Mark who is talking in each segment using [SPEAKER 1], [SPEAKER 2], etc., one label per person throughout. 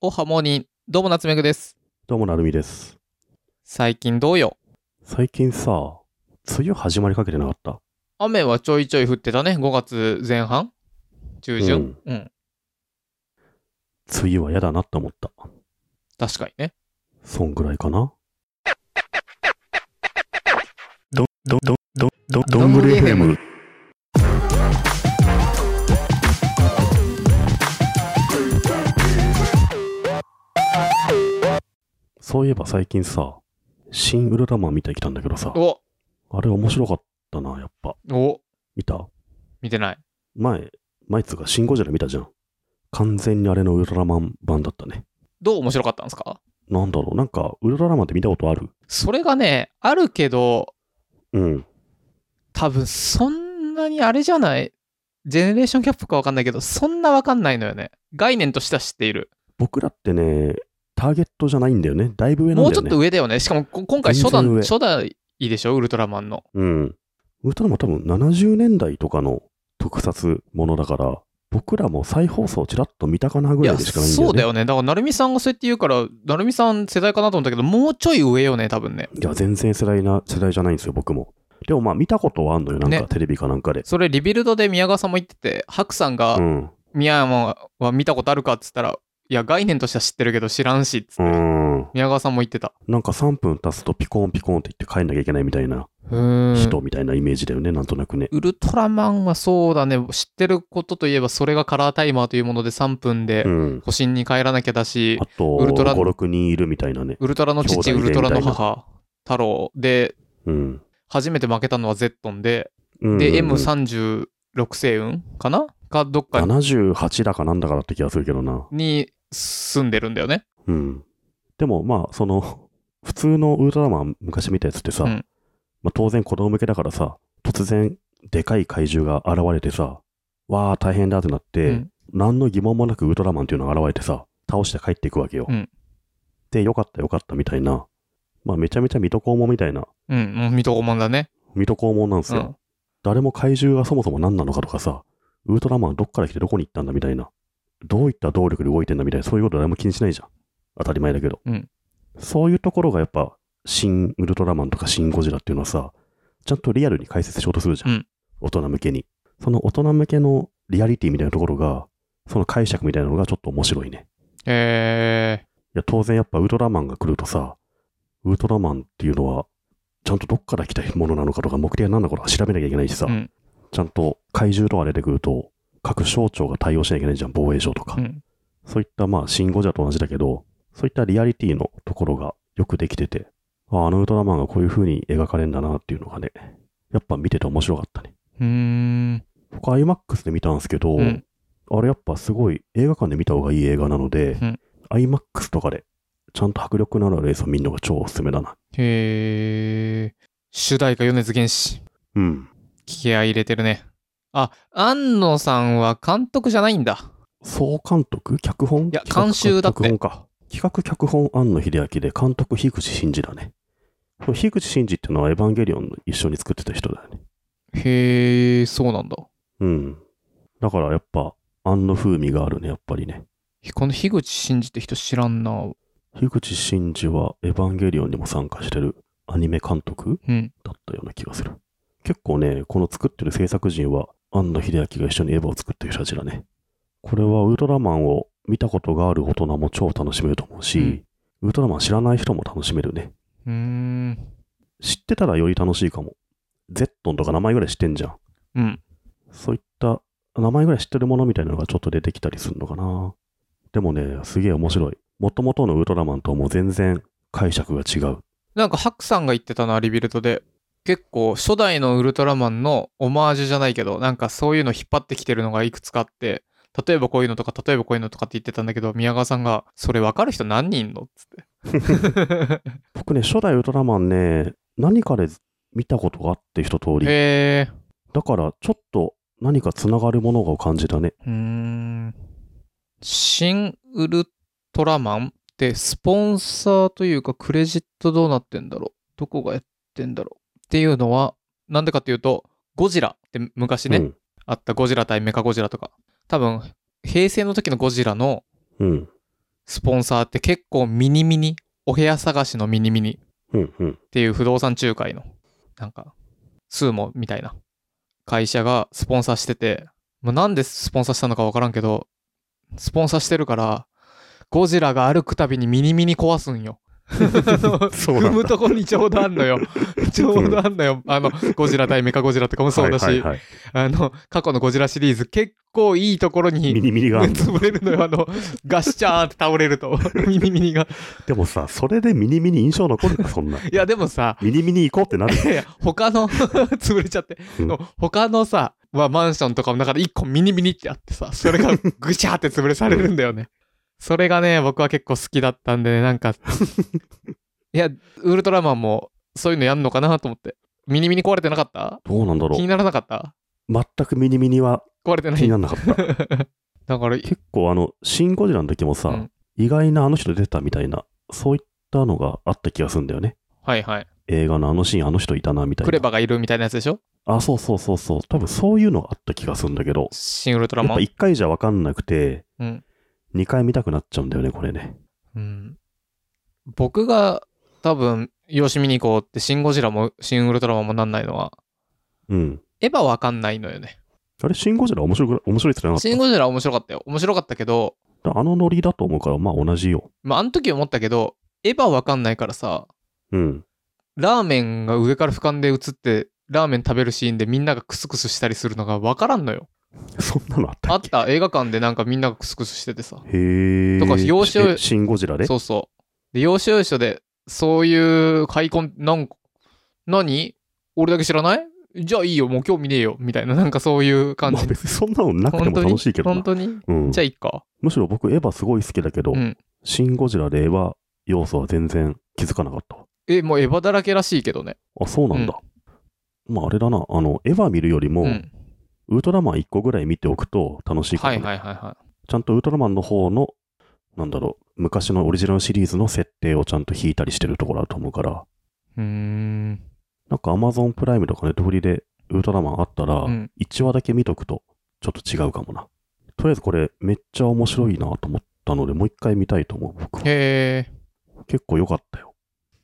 [SPEAKER 1] おはモーニンどうも夏目ぐです
[SPEAKER 2] どうも、なるみです。
[SPEAKER 1] 最近どうよ
[SPEAKER 2] 最近さ、梅雨始まりかけてなかった
[SPEAKER 1] 雨はちょいちょい降ってたね5月前半中旬うん、
[SPEAKER 2] 梅雨は嫌だなって思った。
[SPEAKER 1] 確かにね
[SPEAKER 2] そんぐらいかなど、ど、ど、ど、ど、
[SPEAKER 1] どんぐり FM。
[SPEAKER 2] そういえば最近さ、新ウルトラマン見てきたんだけどさ、
[SPEAKER 1] お
[SPEAKER 2] あれ面白かったな、やっぱ。
[SPEAKER 1] お
[SPEAKER 2] 見た
[SPEAKER 1] 見てない
[SPEAKER 2] 前、前っつうか、新ゴジラ見たじゃん。完全にあれのウルトラマン版だったね。
[SPEAKER 1] どう面白かったんですか
[SPEAKER 2] なんだろう、なんか、ウルトラマンって見たことある
[SPEAKER 1] それがねあるけど
[SPEAKER 2] うん。
[SPEAKER 1] 多分そんなにあれじゃないジェネレーションギャップかわかんないけどそんなわかんないのよね概念としては知っている
[SPEAKER 2] 僕らってね、ターゲットじゃないんだよね。だいぶ上なん
[SPEAKER 1] もうち
[SPEAKER 2] だよ
[SPEAKER 1] ょっ
[SPEAKER 2] ね。
[SPEAKER 1] と上だよねしかもこ今回初
[SPEAKER 2] 全
[SPEAKER 1] 段
[SPEAKER 2] 然上
[SPEAKER 1] 初代でしょウルトラマンの
[SPEAKER 2] うん。ウルトラマン多分70年代とかの特撮ものだから、僕らも再放送ちらっと見たかなぐらいでしかないんだ
[SPEAKER 1] そ
[SPEAKER 2] よ
[SPEAKER 1] うだ
[SPEAKER 2] ね。
[SPEAKER 1] よねだから成美さんがそうやって言うから成美さん世代かなと思ったけどもうちょい上よね多分ね
[SPEAKER 2] いや、全然世代な、世代じゃないんですよ、僕も。でもまあ見たことはあんのよ、なん
[SPEAKER 1] ね
[SPEAKER 2] かテレビかなんかで。
[SPEAKER 1] それリビルドで宮川さんも言ってて白さんが
[SPEAKER 2] うん。
[SPEAKER 1] 「宮山は見たことあるか?」っつったら「いや概念としては知ってるけど知らんし」っつって、
[SPEAKER 2] うん。
[SPEAKER 1] 宮川さんも言ってた
[SPEAKER 2] なんか3分経つとピコンピコンって言って帰んなきゃいけないみたいな人みたいなイメージだよね、なんとなくね。
[SPEAKER 1] ウルトラマンはそうだね知ってることといえばそれがカラータイマーというもので3分で
[SPEAKER 2] うん。
[SPEAKER 1] 保身に帰らなきゃだし
[SPEAKER 2] あ、と、
[SPEAKER 1] ウルトラ
[SPEAKER 2] 5、6人いるみたいなね。
[SPEAKER 1] ウルトラの父
[SPEAKER 2] 兄
[SPEAKER 1] ウ
[SPEAKER 2] 弟で
[SPEAKER 1] ルトラの
[SPEAKER 2] みたいな
[SPEAKER 1] 母太郎で
[SPEAKER 2] うん。
[SPEAKER 1] 初めて負けたのはゼットンで
[SPEAKER 2] うん
[SPEAKER 1] で、M36 星雲かなかどっか
[SPEAKER 2] 78だかなんだかだって気がするけどな。
[SPEAKER 1] に住んでるんだよね。
[SPEAKER 2] うん。でもまあ、その、 普通のウルトラマン昔見たやつってさ、
[SPEAKER 1] うん
[SPEAKER 2] まあ、当然子供向けだからさ、突然でかい怪獣が現れてさ、わあ大変だってなって、
[SPEAKER 1] うん
[SPEAKER 2] 何の疑問もなくウルトラマンっていうのが現れてさ、倒して帰っていくわけよ。
[SPEAKER 1] うん
[SPEAKER 2] で、よかったよかったみたいな、まあめちゃめちゃ水戸黄門みたいな、
[SPEAKER 1] うん、もう水戸黄門だね。
[SPEAKER 2] 水戸黄門なんです
[SPEAKER 1] う
[SPEAKER 2] よ。
[SPEAKER 1] ん。
[SPEAKER 2] 誰も怪獣がそもそも何なのかとかさ、ウルトラマンどっから来てどこに行ったんだみたいな、どういった動力で動いてんだみたいな、そういうこと誰も気にしないじゃん。当たり前だけど。
[SPEAKER 1] うん
[SPEAKER 2] そういうところがやっぱ、新ウルトラマンとか新ゴジラっていうのはさ、ちゃんとリアルに解説しようとするじゃん。
[SPEAKER 1] うん
[SPEAKER 2] 大人向けに。その大人向けのリアリティみたいなところが、その解釈みたいなのがちょっと面白いね。
[SPEAKER 1] え
[SPEAKER 2] いや、当然やっぱウルトラマンが来るとさ、ウルトラマンっていうのは、ちゃんとどっから来たものなのかとか、目的は何なのかとか調べなきゃいけないしさ、
[SPEAKER 1] うん
[SPEAKER 2] ちゃんと怪獣とか出てくると、各省庁が対応しなきゃいけないじゃん、防衛省とか。
[SPEAKER 1] ーうん。
[SPEAKER 2] そういった、まあ、シン・ゴジラと同じだけど、そういったリアリティのところがよくできてて、ああのウルトラマンがこういう風に描かれるんだなっていうのがね、やっぱ見てて面白かったね。
[SPEAKER 1] うーん。
[SPEAKER 2] 僕、IMAX で見たんですけど、
[SPEAKER 1] うん
[SPEAKER 2] あれやっぱすごい映画館で見た方がいい映画なので、
[SPEAKER 1] うん
[SPEAKER 2] IMAX とかでちゃんと迫力のあるレースを見るのが超おすすめだな。
[SPEAKER 1] えー。主題歌、米津玄師。
[SPEAKER 2] うん。
[SPEAKER 1] 気合い入れてるね。あ、安野さんは監督じゃないんだ。
[SPEAKER 2] 総監督脚本
[SPEAKER 1] いや
[SPEAKER 2] 企画
[SPEAKER 1] 監修だって
[SPEAKER 2] 脚本か。企画脚本庵野秀明で監督樋口真嗣だね。この樋口真嗣っていうのはエヴァンゲリオンの一緒に作ってた人だよね。
[SPEAKER 1] へえ、そうなんだ。
[SPEAKER 2] うん。だからやっぱ庵野風味があるね、やっぱりね。
[SPEAKER 1] この樋口真嗣って人知らんな。
[SPEAKER 2] 樋口真嗣はエヴァンゲリオンにも参加してるアニメ監督
[SPEAKER 1] うん。
[SPEAKER 2] だったような気がする。結構ね、この作ってる制作人は庵野秀明が一緒にエヴァを作ってる人たちだね。これはウルトラマンを見たことがある大人も超楽しめると思うし、
[SPEAKER 1] うん
[SPEAKER 2] ウルトラマン知らない人も楽しめるね。
[SPEAKER 1] うーん。
[SPEAKER 2] 知ってたらより楽しいかも。ゼットンとか名前ぐらい知ってんじゃん。
[SPEAKER 1] うん。
[SPEAKER 2] そういった名前ぐらい知ってるものみたいなのがちょっと出てきたりするのかな。でもね、すげえ面白い。元々のウルトラマンとはもう全然解釈が違う。
[SPEAKER 1] なんか、ハクさんが言ってたな、リビルドで。結構、初代のウルトラマンのオマージュじゃないけど、なんかそういうの引っ張ってきてるのがいくつかあって、例えばこういうのとか、例えばこういうのとかって言ってたんだけど、宮川さんが、それ分かる人何人いんのっつって。
[SPEAKER 2] 僕ね、初代ウルトラマンね、何かで見たことがあって一通り。
[SPEAKER 1] へえ。
[SPEAKER 2] だからちょっと何かつながるものを感じたね。
[SPEAKER 1] うーん。新ウルトラマンって、スポンサーというか、クレジットどうなってんだろうどこがやってんだろうっていうのは、なんでかっていうと、ゴジラって昔ね、
[SPEAKER 2] うん。
[SPEAKER 1] あったゴジラ対メカゴジラとか、多分、平成の時のゴジラの
[SPEAKER 2] うん。
[SPEAKER 1] スポンサーって結構ミニミニ、お部屋探しのミニミニ
[SPEAKER 2] うんうん。
[SPEAKER 1] っていう不動産仲介の、なんか、スーモみたいな会社がスポンサーしてて、まあ、なんでスポンサーしたのかわからんけど、スポンサーしてるから、ゴジラが歩くたびにミニミニ壊すんよ。
[SPEAKER 2] そうなんだ
[SPEAKER 1] 踏むとこにちょうどあんの よ。ちょうどあんのよ。あの、ゴジラ対メカゴジラとかもそうだし、
[SPEAKER 2] はいはいはい
[SPEAKER 1] あの、過去のゴジラシリーズ、結構いいところに
[SPEAKER 2] ミニミニがあるんだ
[SPEAKER 1] 潰れるの よ。あの、ガシチャーって倒れると、 ミニミニが。
[SPEAKER 2] でもさ、それでミニミニ印象残るか、そんな。
[SPEAKER 1] いや、でもさ、
[SPEAKER 2] ミニミニ行こうってなる。
[SPEAKER 1] いやいや、他の、 潰れちゃって、
[SPEAKER 2] うん
[SPEAKER 1] 他のさ、まあ、マンションとかの中で一個ミニミニってあってさ、それ がぐしゃーって潰れされるんだよね。それがね、僕は結構好きだったんでね、 なんか、いや、ウルトラマンもそういうのやんのかなと思って。ミニミニ壊れてなかった
[SPEAKER 2] どうなんだろ
[SPEAKER 1] 気に
[SPEAKER 2] う。
[SPEAKER 1] ならなかった
[SPEAKER 2] 全くミニミニは
[SPEAKER 1] 壊れてな
[SPEAKER 2] 気に
[SPEAKER 1] い
[SPEAKER 2] な。らなかった。
[SPEAKER 1] だから、
[SPEAKER 2] 結構あの、シン・ゴジラの時もさ、
[SPEAKER 1] うん
[SPEAKER 2] 意外なあの人出てたみたいな、そういったのがあった気がするんだよね。
[SPEAKER 1] はいはい。
[SPEAKER 2] 映画のあのシーン、あの人いたなみたい
[SPEAKER 1] クレ。
[SPEAKER 2] な
[SPEAKER 1] バがいるみたいなやつでしょ
[SPEAKER 2] あ、そうそうそうそう。多分そういうのがあった気がするんだけど、
[SPEAKER 1] 新ウルト
[SPEAKER 2] や
[SPEAKER 1] ラ
[SPEAKER 2] っ
[SPEAKER 1] マ
[SPEAKER 2] ぱ
[SPEAKER 1] ン。
[SPEAKER 2] 1回じゃ分かんなくて、
[SPEAKER 1] うん。
[SPEAKER 2] 2回見たくなっちゃうんだよね、これね。
[SPEAKER 1] うん、僕が多分、よし見に行こうって、シン・ゴジラもシン・ウルトラマンもなんないのは、
[SPEAKER 2] うん。
[SPEAKER 1] エヴァわかんないのよね。
[SPEAKER 2] あれ、シン・ゴジラ面白く、面白いって言って
[SPEAKER 1] シン・
[SPEAKER 2] なかっ
[SPEAKER 1] ゴジラ面白かったよ。面白かったけど、
[SPEAKER 2] た。あのノリだと思うから、まあ同じよ。
[SPEAKER 1] まあ、あの時思ったけど、エヴァわかんないからさ、
[SPEAKER 2] うん。
[SPEAKER 1] ラーメンが上から俯瞰で映って、ラーメン食べるシーンでみんながクスクスしたりするのがわからんのよ。
[SPEAKER 2] そんなのあった
[SPEAKER 1] あ
[SPEAKER 2] っ
[SPEAKER 1] っ
[SPEAKER 2] け
[SPEAKER 1] た 映画館でなんかみんながクスクスしててさ。
[SPEAKER 2] へえ。
[SPEAKER 1] とか要所
[SPEAKER 2] えシン・ゴジラで
[SPEAKER 1] そうそう。で、要所要所で、そういう開墾、なんか、何俺だけ知らないじゃあいいよ、もう今日見ねえよ、みたいな、 なんかそういう感
[SPEAKER 2] まあ
[SPEAKER 1] じ。
[SPEAKER 2] 別にそんなのなくて
[SPEAKER 1] 本
[SPEAKER 2] も
[SPEAKER 1] 当に
[SPEAKER 2] 楽しいけど
[SPEAKER 1] 本
[SPEAKER 2] な。
[SPEAKER 1] 当に
[SPEAKER 2] うん
[SPEAKER 1] じゃあいいか。
[SPEAKER 2] むしろ僕、エヴァすごい好きだけど、
[SPEAKER 1] うん。
[SPEAKER 2] シン・ゴジラでエヴァ要素は全然気づかなかったわ。
[SPEAKER 1] え、もうエヴァだらけらしいけどね。
[SPEAKER 2] あ、そうなんだ。まああれだな、あの、エヴァ見るよりも、
[SPEAKER 1] うん。
[SPEAKER 2] ウルトラマン1個ぐらい見ておくと楽しいか
[SPEAKER 1] は
[SPEAKER 2] ら、
[SPEAKER 1] い
[SPEAKER 2] ね
[SPEAKER 1] はいはいはい。
[SPEAKER 2] ちゃんとウルトラマンの方の、なんだろう、昔のオリジナルシリーズの設定をちゃんと引いたりしてるところあると思うから、
[SPEAKER 1] うーん。
[SPEAKER 2] なんか Amazon プライムとかネットフリでウルトラマンあったら、
[SPEAKER 1] うん
[SPEAKER 2] 1話だけ見とくとちょっと違うかもな。とりあえずこれめっちゃ面白いなと思ったので、もう一回見たいと思う、僕は。
[SPEAKER 1] へえ。
[SPEAKER 2] 結構良かったよ。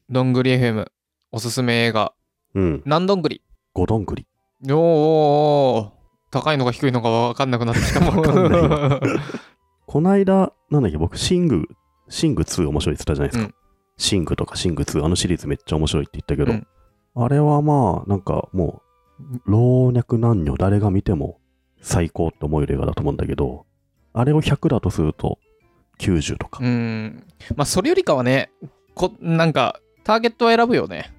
[SPEAKER 1] どんぐり FM、おすすめ映画、
[SPEAKER 2] うん。
[SPEAKER 1] なんどんぐり。
[SPEAKER 2] ごどんぐり。
[SPEAKER 1] おーおーおー高いのか低いのかわかんなくなってきた。も
[SPEAKER 2] かんないよ
[SPEAKER 1] う
[SPEAKER 2] こないだ、なんだっけ、僕、シング、シング2面白いって言ったじゃないですか。
[SPEAKER 1] うん
[SPEAKER 2] シングとかシング2、あのシリーズめっちゃ面白いって言ったけど、
[SPEAKER 1] うん
[SPEAKER 2] あれはまあ、なんかもう、老若男女、誰が見ても最高って思える映画だと思うんだけど、あれを100だとすると、90とか。
[SPEAKER 1] うん。まあ、それよりかはね、こなんか、ターゲットは選ぶよね。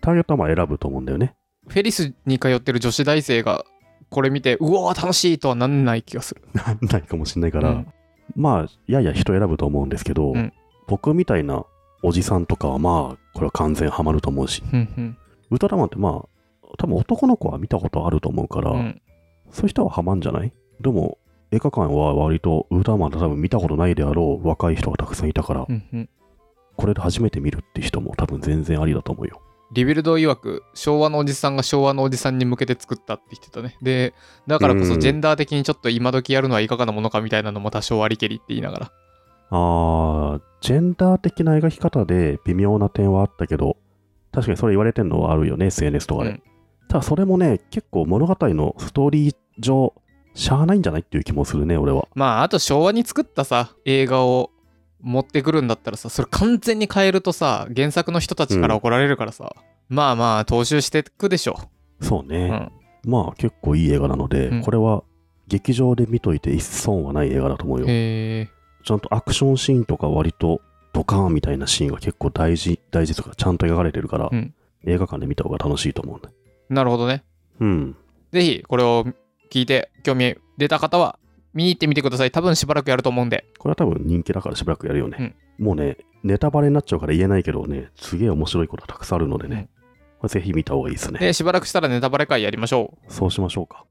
[SPEAKER 2] ターゲットはまあ選ぶと思うんだ よね。
[SPEAKER 1] フェリスに通ってる女子大生が、これ見て、うわー楽しいとはなんない気がする。
[SPEAKER 2] なんないかもしんないから、
[SPEAKER 1] うん
[SPEAKER 2] まあ、やや人選ぶと思うんですけど、
[SPEAKER 1] うん
[SPEAKER 2] 僕みたいなおじさんとかはまあ、これは完全ハマると思うし、
[SPEAKER 1] ふんふん
[SPEAKER 2] ウルトラマンってまあ、多分男の子は見たことあると思うから、
[SPEAKER 1] うん。
[SPEAKER 2] そういう人はハマんじゃないでも、映画館は割とウルトラマンって多分見たことないであろう若い人がたくさんいたから、
[SPEAKER 1] ふんふん
[SPEAKER 2] これで初めて見るって人も多分全然ありだと思うよ。
[SPEAKER 1] リビルド曰く昭和のおじさんが昭和のおじさんに向けて作ったって言ってたね。で、だからこ
[SPEAKER 2] う
[SPEAKER 1] そ
[SPEAKER 2] ん
[SPEAKER 1] ジェンダー的にちょっと今時やるのはいかがなものかみたいなのも多少ありけりって言いながら。
[SPEAKER 2] あー、ジェンダー的な描き方で微妙な点はあったけど、確かにそれ言われてるのはあるよね、SNS とかで。
[SPEAKER 1] うん
[SPEAKER 2] ただそれもね、結構物語のストーリー上、しゃあないんじゃないっていう気もするね、俺は。
[SPEAKER 1] まああと昭和に作ったさ映画を持ってくるんだったらさそれ完全に変えるとさ原作の人たちから怒られるからさ、まあまあ踏襲してくでしょ
[SPEAKER 2] そうね。まあ結構いい映画なので、
[SPEAKER 1] うん
[SPEAKER 2] これは劇場で見といて一損はない映画だと思うよ。
[SPEAKER 1] へえ
[SPEAKER 2] ちゃんとアクションシーンとか割とドカーンみたいなシーンが結構大事、大事とかちゃんと描かれてるから、
[SPEAKER 1] うん
[SPEAKER 2] 映画館で見た方が楽しいと思うね。
[SPEAKER 1] なるほどね
[SPEAKER 2] うん。
[SPEAKER 1] ぜひこれを聞いて興味出た方は見に行ってみてください多分しばらくやると思うんで
[SPEAKER 2] これは多分人気だからしばらくやるよね。もうね、ネタバレになっちゃうから言えないけどね、すげえ面白いことはたくさんあるのでね、これぜひ見た方がいいですね。
[SPEAKER 1] でしばらくしたらネタバレ会やりましょう
[SPEAKER 2] そうしましょうか。